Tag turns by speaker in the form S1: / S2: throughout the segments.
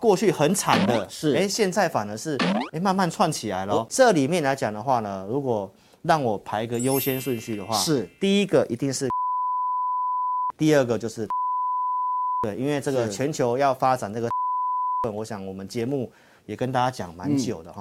S1: 过去很惨的，
S2: 是
S1: 哎，现在反而是哎慢慢串起来了哦。这里面来讲的话呢，如果让我排一个优先顺序的话，
S2: 是
S1: 第一个一定是， 第二个就是， 对，因为这个
S2: 是
S1: 全球要发展这个，我想我们节目也跟大家讲
S2: 嗯
S1: 蛮久的哈。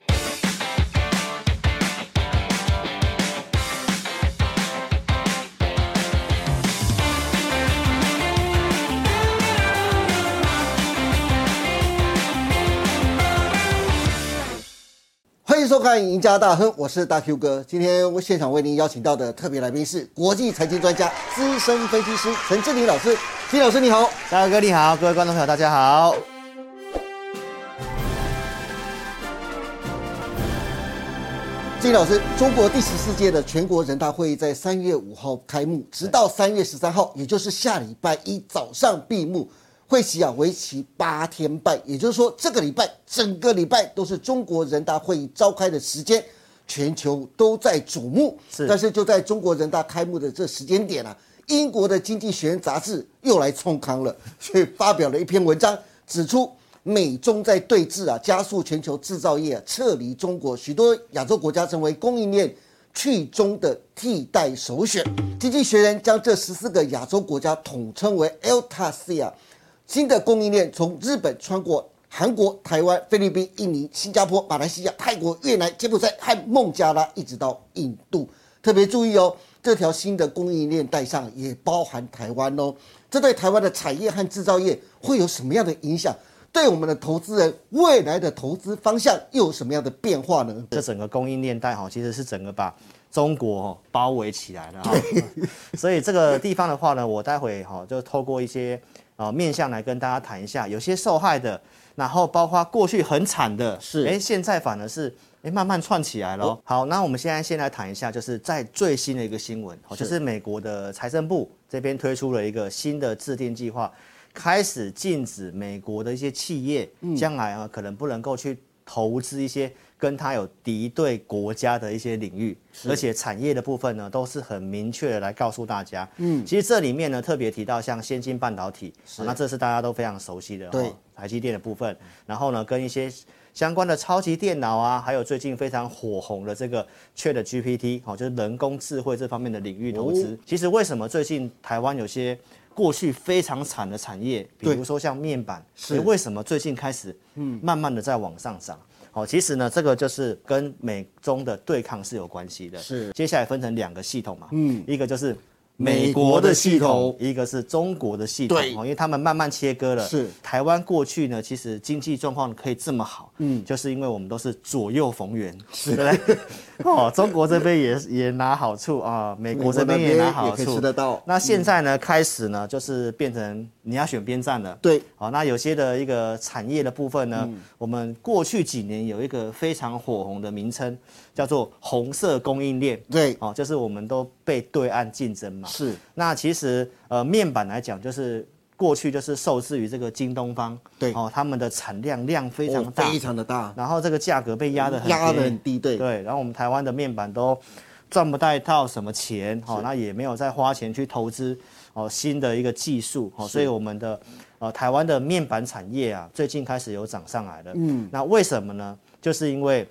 S2: 欢迎收看《赢家大亨》，我是大 Q 哥。今天我现场为您邀请到的特别来宾是国际财经专家、资深分析师陈志林老师。金老师你好，
S1: 大哥你好，各位观众朋友大家好。
S2: 金老师，中国第十四届的全国人大会议在三月五号开幕，直到三月十三号，也就是下礼拜一早上闭幕。会期啊，为期八天半，也就是说，这个礼拜整个礼拜都是中国人大会议召开的时间，全球都在瞩目。
S1: 是
S2: 但是就在中国人大开幕的这时间点啊，英国的《经济学人》杂志又来冲康了， 去发表了一篇文章，指出美中在对峙啊，加速全球制造业、啊、撤离中国，许多亚洲国家成为供应链去中的替代首选。《经济学人》将这十四个亚洲国家统称为 LTAC 啊，新的供应链从日本穿过。韩国、台湾、菲律宾、印尼、新加坡、马来西亚、泰国、越南、柬埔寨和孟加拉，一直到印度。特别注意哦，这条新的供应链带上也包含台湾哦。这对台湾的产业和制造业会有什么样的影响？对我们的投资人未来的投资方向又有什么样的变化呢？
S1: 这整个供应链带哈，其实是整个把中国哦包围起来了啊。 所以这个地方的话呢，我待会哈就透过一些呃面向来跟大家谈一下，有些受害的，然后包括过去很惨的，
S2: 是
S1: 哎现在反而是。哎，慢慢串起来了哦。好，那我们现在先来谈一下，就是在最新的一个新闻，哦就是美国的财政部这边推出了一个新的制定计划，开始禁止美国的一些企业将来啊可能不能够去投资一些跟它有敌对国家的一些领域，而且产业的部分呢都是很明确的来告诉大家。嗯，其实这里面呢特别提到像先进半导体，啊那这是大家都非常熟悉的、哦，
S2: 对
S1: 台积电的部分，然后呢跟一些。相关的超级电脑啊，还有最近非常火红的这个 Chat GPT，哦，就是人工智慧这方面的领域投
S2: 哦
S1: 资。其实为什么最近台湾有些过去非常惨的产业，比
S2: 对
S1: 如说像面板，是为什么最近开始嗯慢慢的在往上涨？好，其实呢，这个就是跟美中的对抗是有关系的。
S2: 是
S1: 接下来分成两个系统嘛，
S2: 嗯
S1: 嗯，一个就是
S2: 美国的系统
S1: 一个是中国的系统，
S2: 对
S1: 哦因为他们慢慢切割了。
S2: 是
S1: 台湾过去呢，其实经济状况可以这么好，嗯，就是因为我们都是左右逢源，是对 不对？哦，中国这边也也拿好处啊，美国这边也拿好
S2: 美国那边也可以
S1: 处，
S2: 吃得到嗯
S1: 那现在呢，开始呢，就是变成你要选边站了。
S2: 对，嗯
S1: 好，那有些的一个产业的部分呢，我们过去几年有一个非常火红的名称，叫做红色供应链。
S2: 对，
S1: 哦，就是我们都被对岸竞争嘛。
S2: 是
S1: 那其实呃，面板来讲，就是过去就是受制于这个京东方，
S2: 对
S1: 哦，他们的产量量非常
S2: 哦
S1: 大，
S2: 非常的大，
S1: 然后这个价格被压得很
S2: 压
S1: 低
S2: 得很低，对，
S1: 对，然后我们台湾的面板都赚不带到什么钱，好、那也没有再花钱去投资哦新的一个技术，好、所以我们的呃台湾的面板产业啊，最近开始有涨上来了。嗯，那为什么呢？就是因为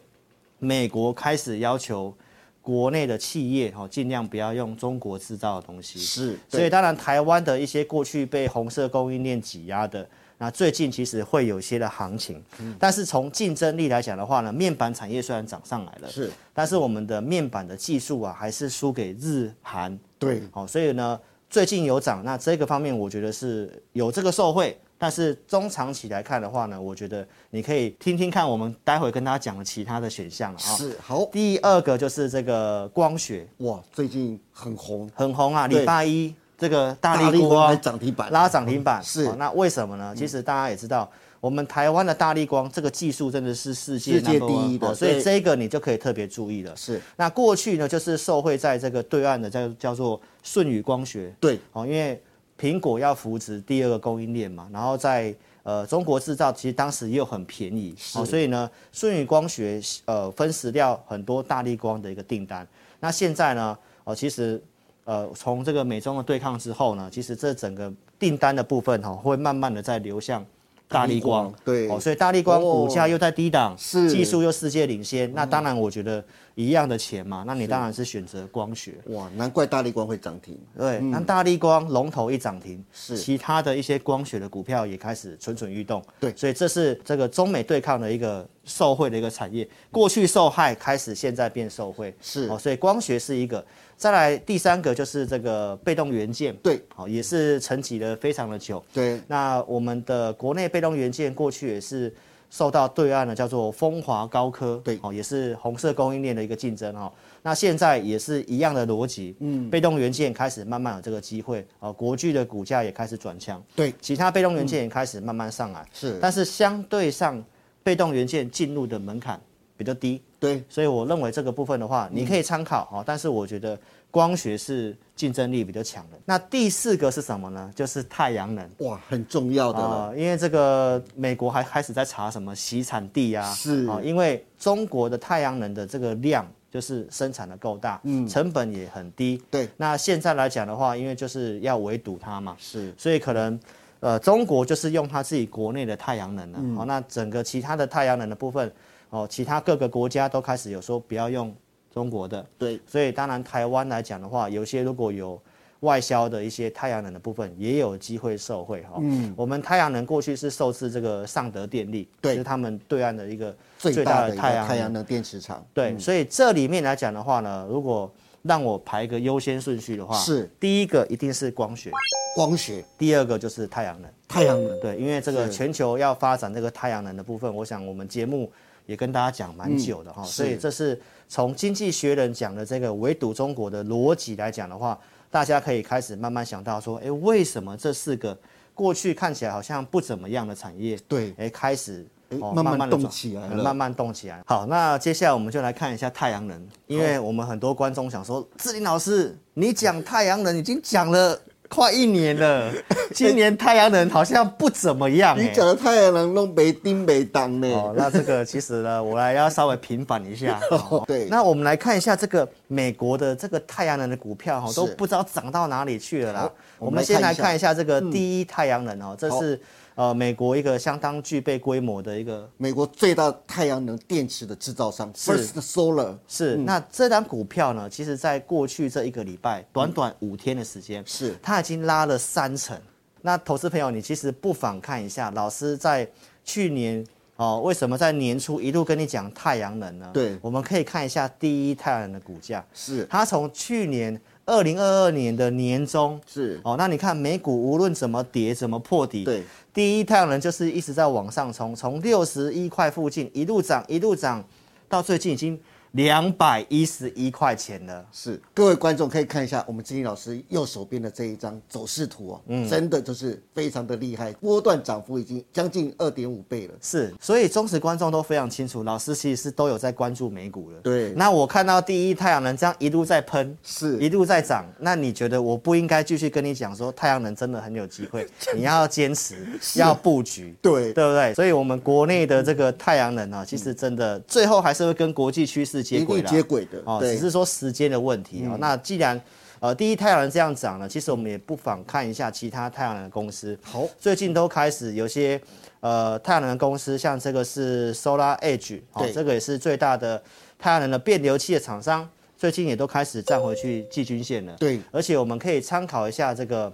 S1: 美国开始要求国内的企业哦，尽量不要用中国制造的东西。
S2: 是，
S1: 所以
S2: 对，
S1: 当然，台湾的一些过去被红色供应链挤压的，那最近其实会有一些的行情。
S2: 嗯
S1: 但是从竞争力来讲的话呢，面板产业虽然涨上来了，
S2: 是，
S1: 但是我们的面板的技术啊，还是输给日韩。
S2: 对，
S1: 好、所以呢，最近有涨，那这个方面我觉得是有这个受惠。但是中长期来看的话呢，我觉得你可以听听看我们待会跟大家讲的其他的选项了啊、
S2: 是好
S1: 第二个就是这个光学
S2: 哇，最近很红，
S1: 很红啊，
S2: 对
S1: 礼拜一这个大
S2: 力
S1: 力光
S2: 还涨停板，
S1: 拉涨停板
S2: 是嗯
S1: 哦那为什么呢？其实大家也知道，我们台湾的大力光这个技术真的是世界
S2: 世界
S1: number one，
S2: 第一的
S1: 哦所以
S2: 对
S1: 这个你就可以特别注意了。
S2: 是，
S1: 那过去呢，就是受惠在这个对岸的叫叫做舜宇光学，
S2: 对，
S1: 哦，因为苹果要扶植第二个供应链嘛，然后在呃中国制造其实当时又很便宜，哦，所以呢，舜宇光学呃分食掉很多大力光的一个订单。那现在呢，哦，其实呃从这个美中的对抗之后呢，其实这整个订单的部分哈、哦、会慢慢的在流向。大力光，
S2: 对
S1: 哦，所以大力光股价又在低档，
S2: 是嗯
S1: 技术又世界领先，那当然我觉得一样的钱嘛，那你当然是选择光学。
S2: 哇，难怪大力光会涨停。
S1: 对，那大力光龙头一涨停，
S2: 嗯是
S1: 其他的一些光学的股票也开始蠢蠢欲动。
S2: 对
S1: 所以这是这个中美对抗的一个受惠的一个产业，过去受害，开始现在变受惠。
S2: 是
S1: 哦，所以光学是一个。再来第三个就是这个被动元件，
S2: 对，
S1: 好、也是沉寂了非常的久。
S2: 对，
S1: 那我们的国内被动元件过去也是受到对岸的叫做风华高科，
S2: 对
S1: 哦，也是红色供应链的一个竞争哦。那现在也是一样的逻辑，嗯，被动元件开始慢慢有这个机会，哦，国巨的股价也开始转强，
S2: 对，嗯
S1: 其他被动元件也开始慢慢上来，
S2: 是
S1: 但是相对上被动元件进入的门槛比较低，
S2: 对，
S1: 所以我认为这个部分的话，
S2: 嗯
S1: 你可以参考哈、但是我觉得光学是竞争力比较强的。那第四个是什么呢？就是太阳能。
S2: 哇，很重要的了。
S1: 啊、因为这个美国还开始在查什么洗产地啊，
S2: 是
S1: 啊、因为中国的太阳能的这个量就是生产的够大，嗯，成本也很低，
S2: 对，
S1: 那现在来讲的话，因为就是要围堵它嘛，
S2: 是
S1: 所以可能呃中国就是用它自己国内的太阳能了、
S2: 嗯
S1: 啊，哦，那整个其他的太阳能的部分，哦，其他各个国家都开始有说不要用中国的，
S2: 对，
S1: 所以当然台湾来讲的话，有些如果有外销的一些太阳能的部分，也有机会受惠哈。嗯，我们太阳能过去是受制这个尚德电力，
S2: 对
S1: 就是他们对岸的一个
S2: 最大的一个
S1: 太阳
S2: 太
S1: 能
S2: 阳能嗯电池厂。
S1: 对，所以这里面来讲的话呢，如果让我排个优先顺序的话，
S2: 是
S1: 第一个一定是光学，
S2: 光学、
S1: 第二个就是太阳能。
S2: 太阳能，
S1: 对，因为这个全球要发展这个太阳能的部分，我想我们节目也跟大家讲蛮久的哈、所以
S2: 嗯是
S1: 这是从经济学人讲的这个围堵中国的逻辑来讲的话，大家可以开始慢慢想到说，哎，为什么这四个过去看起来好像不怎么样的产业，
S2: 对
S1: 哎，开始。
S2: 哎
S1: 哦
S2: 慢慢
S1: 地
S2: 动
S1: 转
S2: 起来
S1: 嗯
S2: 了
S1: 慢慢动起来。好，那接下来我们就来看一下太阳能，因为我们很多观众想说，志林老师，你讲太阳能已经讲了快一年 了，今年太阳能好像不怎么样、
S2: 你
S1: 哎
S2: 讲的太阳能弄北丁北当
S1: 哦
S2: 呢？，
S1: 那这个其实呢，我来要稍微平反一 下。哦
S2: 对
S1: 那我们来看一下这个美国的这个太阳能的股票哈、哦，都
S2: 是
S1: 不知道涨到哪里去了啦
S2: 好。
S1: 我
S2: 我们
S1: 们先
S2: 来
S1: 来
S2: 看一下
S1: 看一下
S2: 嗯
S1: 这个第一太阳能哦，这
S2: 好
S1: 是呃美国一个相当具备规模的一个
S2: 美国最大太阳能电池的制造商 First Solar
S1: 是，那这张股票呢，其实在过去这一个礼拜，短短五天的时间，
S2: 是
S1: 它已经拉了三成。那投资朋友，你其实不妨看一下，老师在去年哦，为什么在年初一路跟你讲太阳能呢？
S2: 对
S1: 我们可以看一下第一太阳能的股价，
S2: 是
S1: 它从去年二零二二年的年中
S2: 是
S1: 哦，那你看美股无论怎么跌，怎么破底，
S2: 对，
S1: 第一太阳能就是一直在往上冲，从六十一块附近一路涨一路涨，到最近已经两百一十一块钱了。
S2: 是，各位观众可以看一下我们金林老师右手边的这一张走势图哦，
S1: 嗯
S2: 真的就是非常的厉害，波段涨幅已经将近二点五倍了。
S1: 是，所以忠实观众都非常清楚，老师其实是都有在关注美股的。
S2: 对
S1: 那我看到第一太阳能这样一路在喷，
S2: 是
S1: 一路在涨，那你觉得我不应该继续跟你讲说太阳能真的很有机 会，你要坚持，要布局。
S2: 对
S1: 对不对？所以，我们国内的这个太阳能啊，其实真的最后还是会跟国际趋势接轨
S2: 一
S1: 啦。
S2: 定接轨的
S1: 哦，
S2: 对嗯
S1: 只是说时间的问题哦。那既然呃第一太阳能这样涨了，其实我们也不妨看一下其他太阳能的公司。
S2: 好
S1: 最近都开始有些呃太阳能的公司，像这个是 Solar Edge，哦
S2: 对，
S1: 这个也是最大的太阳能的变流器的厂商，最近也都开始站回去季均线了。
S2: 对
S1: 而且我们可以参考一下这个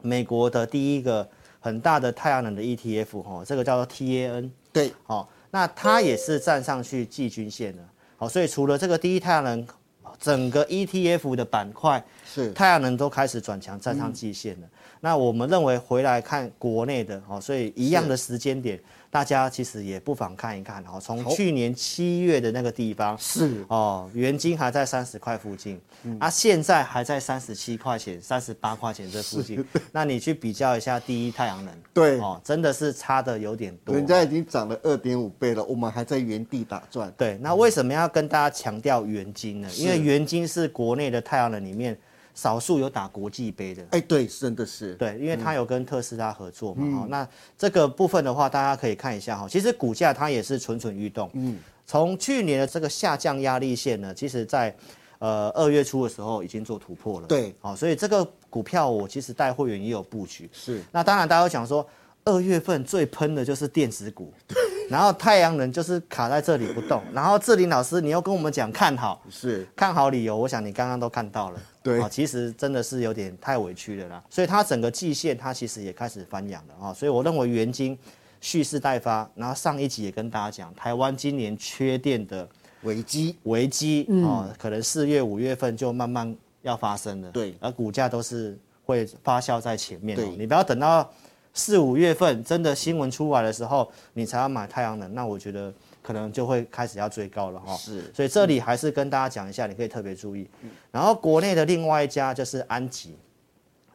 S1: 美国的第一个很大的太阳能的 ETF 哦，这个叫做 TAN。
S2: 对，
S1: 好、那它也是站上去季均线的。好、所以除了这个第一太阳能，整个 ETF 的板块
S2: 是
S1: 太阳能都开始转强，站
S2: 嗯
S1: 上季线了。那我们认为回来看国内的，好、所以一样的时间点，大家其实也不妨看一看。好、从去年七月的那个地方。
S2: 是嗯
S1: 哦，原金还在三十块附近，啊，现在还在三十七块钱、三十八块钱这附近。那你去比较一下第一太阳能，
S2: 对
S1: 哦，真的是差的有点多。
S2: 人家已经涨了二点五倍了，我们还在原地打转。
S1: 对，那为什么要跟大家强调元金呢？因为元金嗯是国内的太阳能里面少数有打国际杯的。
S2: 哎，对，真的是，
S1: 对，嗯因为它有跟特斯拉合作嘛，哈、那这个部分的话，大家可以看一下哈，其实股价它也是蠢蠢欲动，嗯，从去年的这个下降压力线呢，其实在呃二月初的时候已经做突破了，哦
S2: 对
S1: 好、所以这个股票我其实带会员也有布局，
S2: 是
S1: 那当然大家会想说。二月份最喷的就是电子股，然后太阳能就是卡在这里不动。然后志玲老师，你又跟我们讲看好，
S2: 是
S1: 看好理由，我想你刚刚都看到了。
S2: 对
S1: 啊，其实真的是有点太委屈了啦。所以它整个季线它其实也开始翻扬了啊。所以我认为原金蓄势待发。然后上一集也跟大家讲，台湾今年缺电的
S2: 危机，
S1: 危机
S2: 嗯
S1: 啊、哦，可能四月、五月份就慢慢要发生了。
S2: 对
S1: 而股价都是会发酵在前面、哦
S2: 对。
S1: 你不要等到四五月份真的新闻出来的时候，你才要买太阳能，那我觉得可能就会开始要追高了哈、哦。
S2: 是嗯
S1: 所以这里还是跟大家讲一下，你可以特别注意。然后国内的另外一家就是安吉，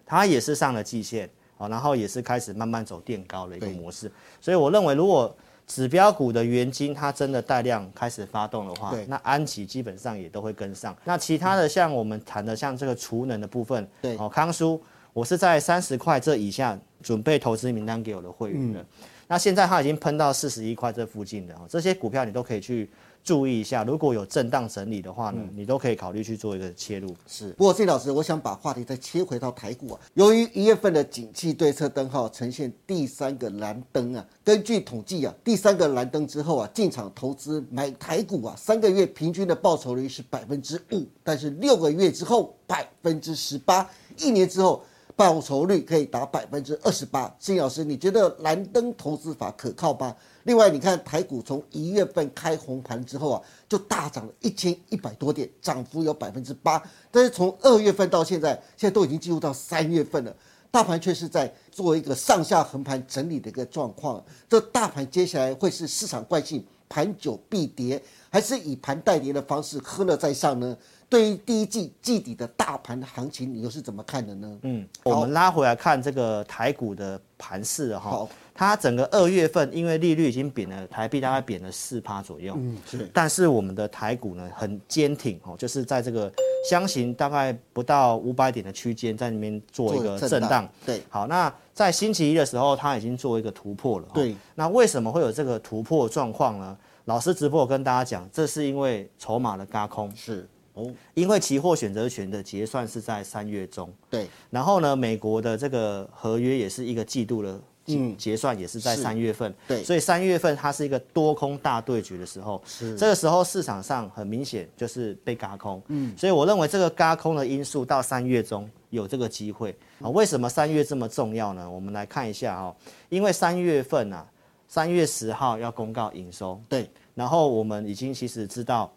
S1: 它也是上了季线，哦，然后也是开始慢慢走垫高的一个
S2: 对
S1: 模式。所以我认为，如果指标股的原金它真的带量开始发动的话
S2: 对，
S1: 那安琪基本上也都会跟上。那其他的像我们谈的像这个储能的部分，
S2: 对
S1: 哦，康叔，我是在三十块这以下准备投资名单给我的会员的。
S2: 嗯
S1: 那现在它已经喷到四十一块这附近的哦，这些股票你都可以去注意一下。如果有震荡整理的话
S2: 嗯
S1: 呢，你都可以考虑去做一个切入。
S2: 是。不过，谢老师，我想把话题再切回到台股啊。由于一月份的景气对策灯号呈现第三个蓝灯啊，根据统计啊，第三个蓝灯之后啊，进场投资买台股啊，三个月平均的报酬率是百分之五，但是六个月之后百分之十八，一年之后报酬率可以达百分之二十八。谢老师，你觉得蓝灯投资法可靠吗？另外，你看台股从一月份开红盘之后啊，就大涨了一千一百多点，涨幅有百分之八。但是从二月份到现在，现在都已经进入到三月份了，大盘却是在做一个上下横盘整理的一个状况。这大盘接下来会是市场惯性盘久必跌，还是以盘带跌的方式喝了再上呢？对于第一季季底的大盘行情，你又是怎么看的呢？嗯，
S1: 我们拉回来看这个台股的盘势了哈
S2: 好，
S1: 它整个二月份因为利率已经贬了，台币大概贬了四趴左右，嗯，
S2: 是
S1: 但是我们的台股呢很坚挺哦，就是在这个箱型大概不到五百点的区间，在里面做一个震荡。
S2: 对，
S1: 好，那在星期一的时候，它已经做一个突破了。哦
S2: 对，
S1: 那为什么会有这个突破状况呢？老师直播有跟大家讲，这是因为筹码的轧空，
S2: 是哦，
S1: 因为期货选择权的结算是在三月中。
S2: 对，
S1: 然后呢，美国的这个合约也是一个季度的结结算，也是在
S2: 嗯是
S1: 三月份。
S2: 对
S1: 所以三月份它是一个多空大对决的时候。
S2: 是
S1: 这个时候市场上很明显就是被嘎空。嗯。所以我认为这个嘎空的因素到三月中有这个机会啊、为什么三月这么重要呢？我们来看一下哈、因为三月份啊，三月十号要公告营收，
S2: 对，
S1: 然后我们已经其实知道，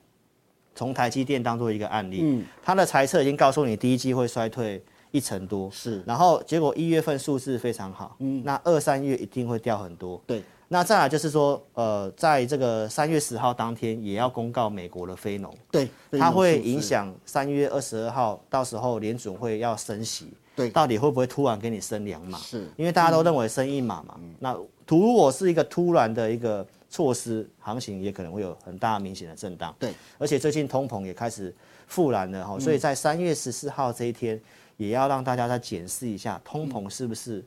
S1: 从台积电当做一个案例，
S2: 嗯
S1: 它的财测已经告诉你第一季会衰退一成多，
S2: 是嗯
S1: 然后结果一月份数字非常好，那二三月一定会掉很多，
S2: 对，
S1: 那再来就是说，呃，在这个三月十号当天也要公告美国的非农，
S2: 对，
S1: 它会
S2: 非常有
S1: 影
S2: 数字
S1: 响三月二十二号，到时候联准会要升息，
S2: 对
S1: 到底会不会突然给你升两码？
S2: 是
S1: 因为大家都认为升一码嘛。那如果是一个突然的一个措施，行情也可能会有很大明显的震荡。
S2: 对，
S1: 而且最近通膨也开始复燃了哈，所以在三月十四号这一天，也要让大家再检视一下通膨是不是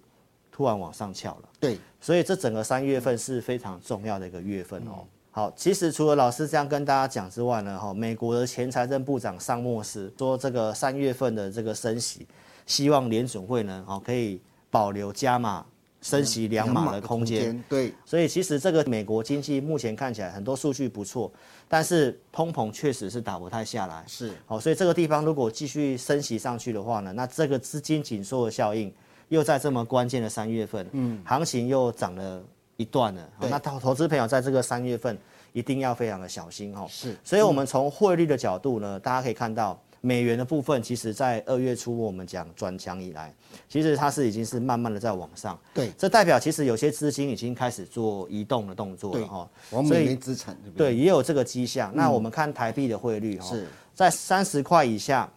S1: 突然往上翘了。
S2: 对，
S1: 所以这整个三月份是非常重要的一个月份哦。好，其实除了老师这样跟大家讲之外呢，哈，美国的前财政部长尚默斯说，这个三月份的这个升息，希望联准会呢，哦，可以保留加码升息嗯两码的空间。，
S2: 对，
S1: 所以其实这个美国经济目前看起来很多数据不错，但是通膨确实是打不太下来。
S2: 是
S1: 好、所以这个地方如果继续升息上去的话呢，那这个资金紧缩的效应又在这么关键的三月份，嗯，行情又涨了一段了。好
S2: 对
S1: 那投投资朋友在这个三月份一定要非常的小心哦。
S2: 是
S1: 所以我们从汇率的角度呢，大家可以看到。美元的部分，其实在二月初我们讲转强以来，其实它是已经是慢慢的在往上。
S2: 对
S1: 这代表其实有些资金已经开始做移动的动作
S2: 对
S1: 了哈。
S2: 往
S1: 所
S2: 美
S1: 以
S2: 元资产对不
S1: 对，也有这个迹象。那我们看台币的汇率哈、哦
S2: 是
S1: 在三十块以下，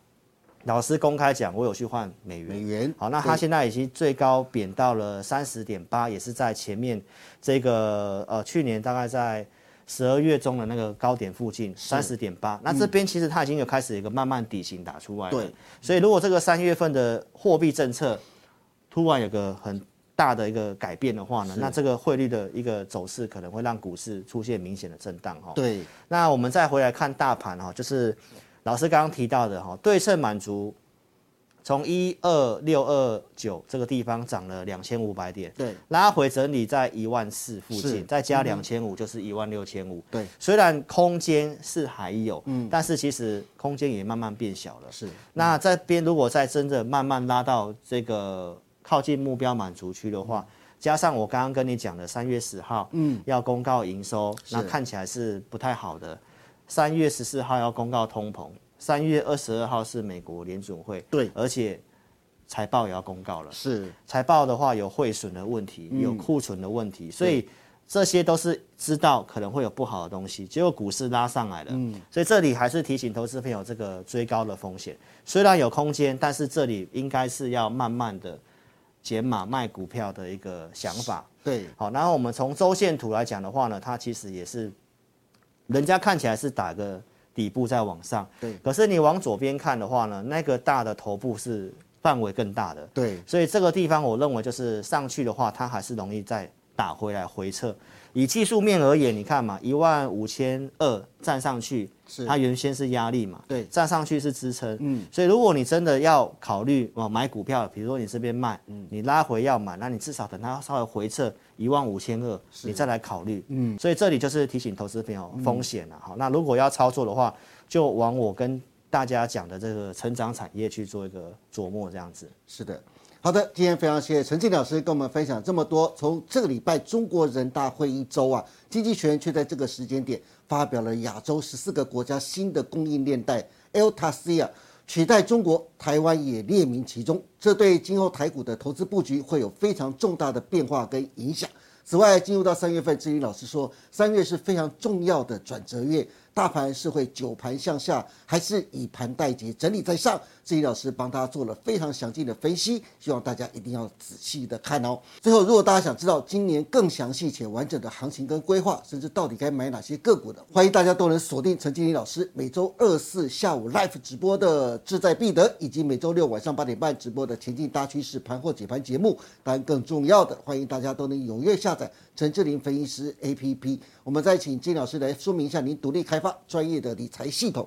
S1: 老师公开讲，我有去换美元。
S2: 美元
S1: 好，那它
S2: 对
S1: 现在已经最高贬到了三十点八，也是在前面这个呃去年大概在十二月中的那个高点附近，三十点八。那这边其实它已经有开始有一个慢慢底型打出来了。
S2: 嗯对，
S1: 所以如果这个三月份的货币政策突然有个很大的一个改变的话呢，那这个汇率的一个走势可能会让股市出现明显的震荡哈。
S2: 对
S1: 那我们再回来看大盘哈，就是老师刚刚提到的哈，对称满足从一二六二九这个地方涨了两千五百点，
S2: 对，
S1: 拉回整理在一万四附
S2: 是嗯
S1: 近，再加两千五就是一万六千五。
S2: 对，
S1: 虽然空间是还有，嗯，但是其实空间也慢慢变小了。
S2: 是，
S1: 那这边如果再真的慢慢拉到这个靠近目标满足区的话，加上我刚刚跟你讲的三月十号，嗯，要公告营收，那看起来是不太好的。三月十四号要公告通膨，三月二十二号是美国联准会，
S2: 对
S1: 而且财报也要公告了。
S2: 是
S1: 财报的话有汇损的问题，有库存的问题，所以这些都是知道可能会有不好的东西。结果股市拉上来了，所以这里还是提醒投资朋友这个追高的风险，虽然有空间，但是这里应该是要慢慢的减码卖股票的一个想法。
S2: 对，
S1: 好，然后我们从周线图来讲的话呢，它其实也是，人家看起来是打个底部在往上，
S2: 对
S1: 可是你往左边看的话呢，那个大的头部是范围更大的，
S2: 对，
S1: 所以这个地方我认为就是上去的话，它还是容易再打回来回撤。以技术面而言，你看嘛，一万五千二站上去，
S2: 是
S1: 它原先是压力嘛，
S2: 对
S1: 站上去是支撑，嗯，所以如果你真的要考虑哦买股票，比如说你这边卖，
S2: 嗯
S1: 你拉回要买，那你至少等它稍微回撤一万五千二，你再来考虑，嗯，所以这里就是提醒投资朋
S2: 嗯
S1: 友风险了、好，那如果要操作的话，就往我跟大家讲的这个成长产业去做一个琢磨，这样子。
S2: 是的。好的，今天非常谢谢陈静老师跟我们分享这么多。从这个礼拜中国人大会议周啊，经济学人却在这个时间点发表了亚洲十四个国家新的供应链带 LTAC 啊，取代中国，台湾也列名其中。这对今后台股的投资布局会有非常重大的变化跟影响。此外，进入到三月份，志云老师说，三月是非常重要的转折月，大盘是会久盘向下，还是以盘代节，整理在上？志云老师帮大家做了非常详尽的分析，希望大家一定要仔细的看哦。最后，如果大家想知道今年更详细且完整的行情跟规划，甚至到底该买哪些个股的，欢迎大家都能锁定陈经理老师每周二四下午 live 直播的《志在必得》，以及每周六晚上八点半直播的《前进大趋势盘后解盘》节目。当然，更重要的，欢迎大家都能踊跃下载陈志林分析师 APP。我们再请金老师来说明一下您独立开发专业的理财系统。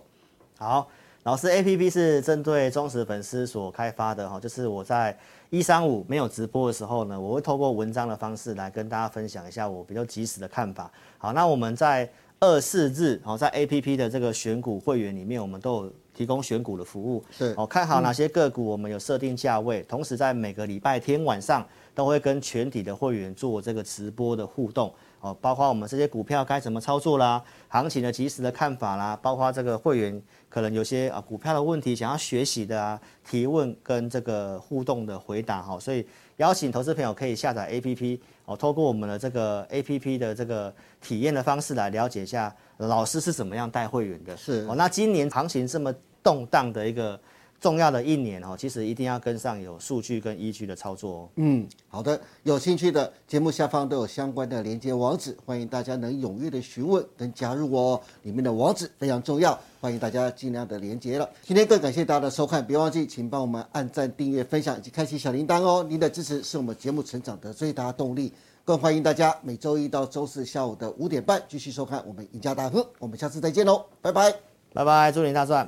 S1: 好，老师 A P P 是针对忠实粉丝所开发的哈，就是我在一三五没有直播的时候呢，我会透过文章的方式来跟大家分享一下我比较及时的看法。好，那我们在二四日好，在 A P P 的这个选股会员里面，我们都有提供选股的服务。
S2: 是
S1: 哦，看好哪些个股，我们有设定价位，同时在每个礼拜天晚上都会跟全体的会员做这个直播的互动。哦，包括我们这些股票该怎么操作啦，行情的及时的看法啦，包括这个会员可能有些啊股票的问题想要学习的啊，提问跟这个互动的回答哈、所以邀请投资朋友可以下载 APP 哦，透过我们的这个 APP 的这个体验的方式来了解一下老师是怎么样带会员的。
S2: 是
S1: 哦，那今年行情这么动荡的一个重要的一年哦，其实一定要跟上有数据跟依据的操作哦。
S2: 嗯，好的，有兴趣的节目下方都有相关的连接网址，欢迎大家能踊跃的询问跟加入哦。里面的网址非常重要，欢迎大家尽量的连接了。今天更感谢大家的收看，别忘记请帮我们按赞、订阅、分享以及开启小铃铛哦。您的支持是我们节目成长的最大动力，更欢迎大家每周一到周四下午的五点半继续收看我们赢家大亨。我们下次再见喽，拜拜。
S1: 拜拜，祝您大赚！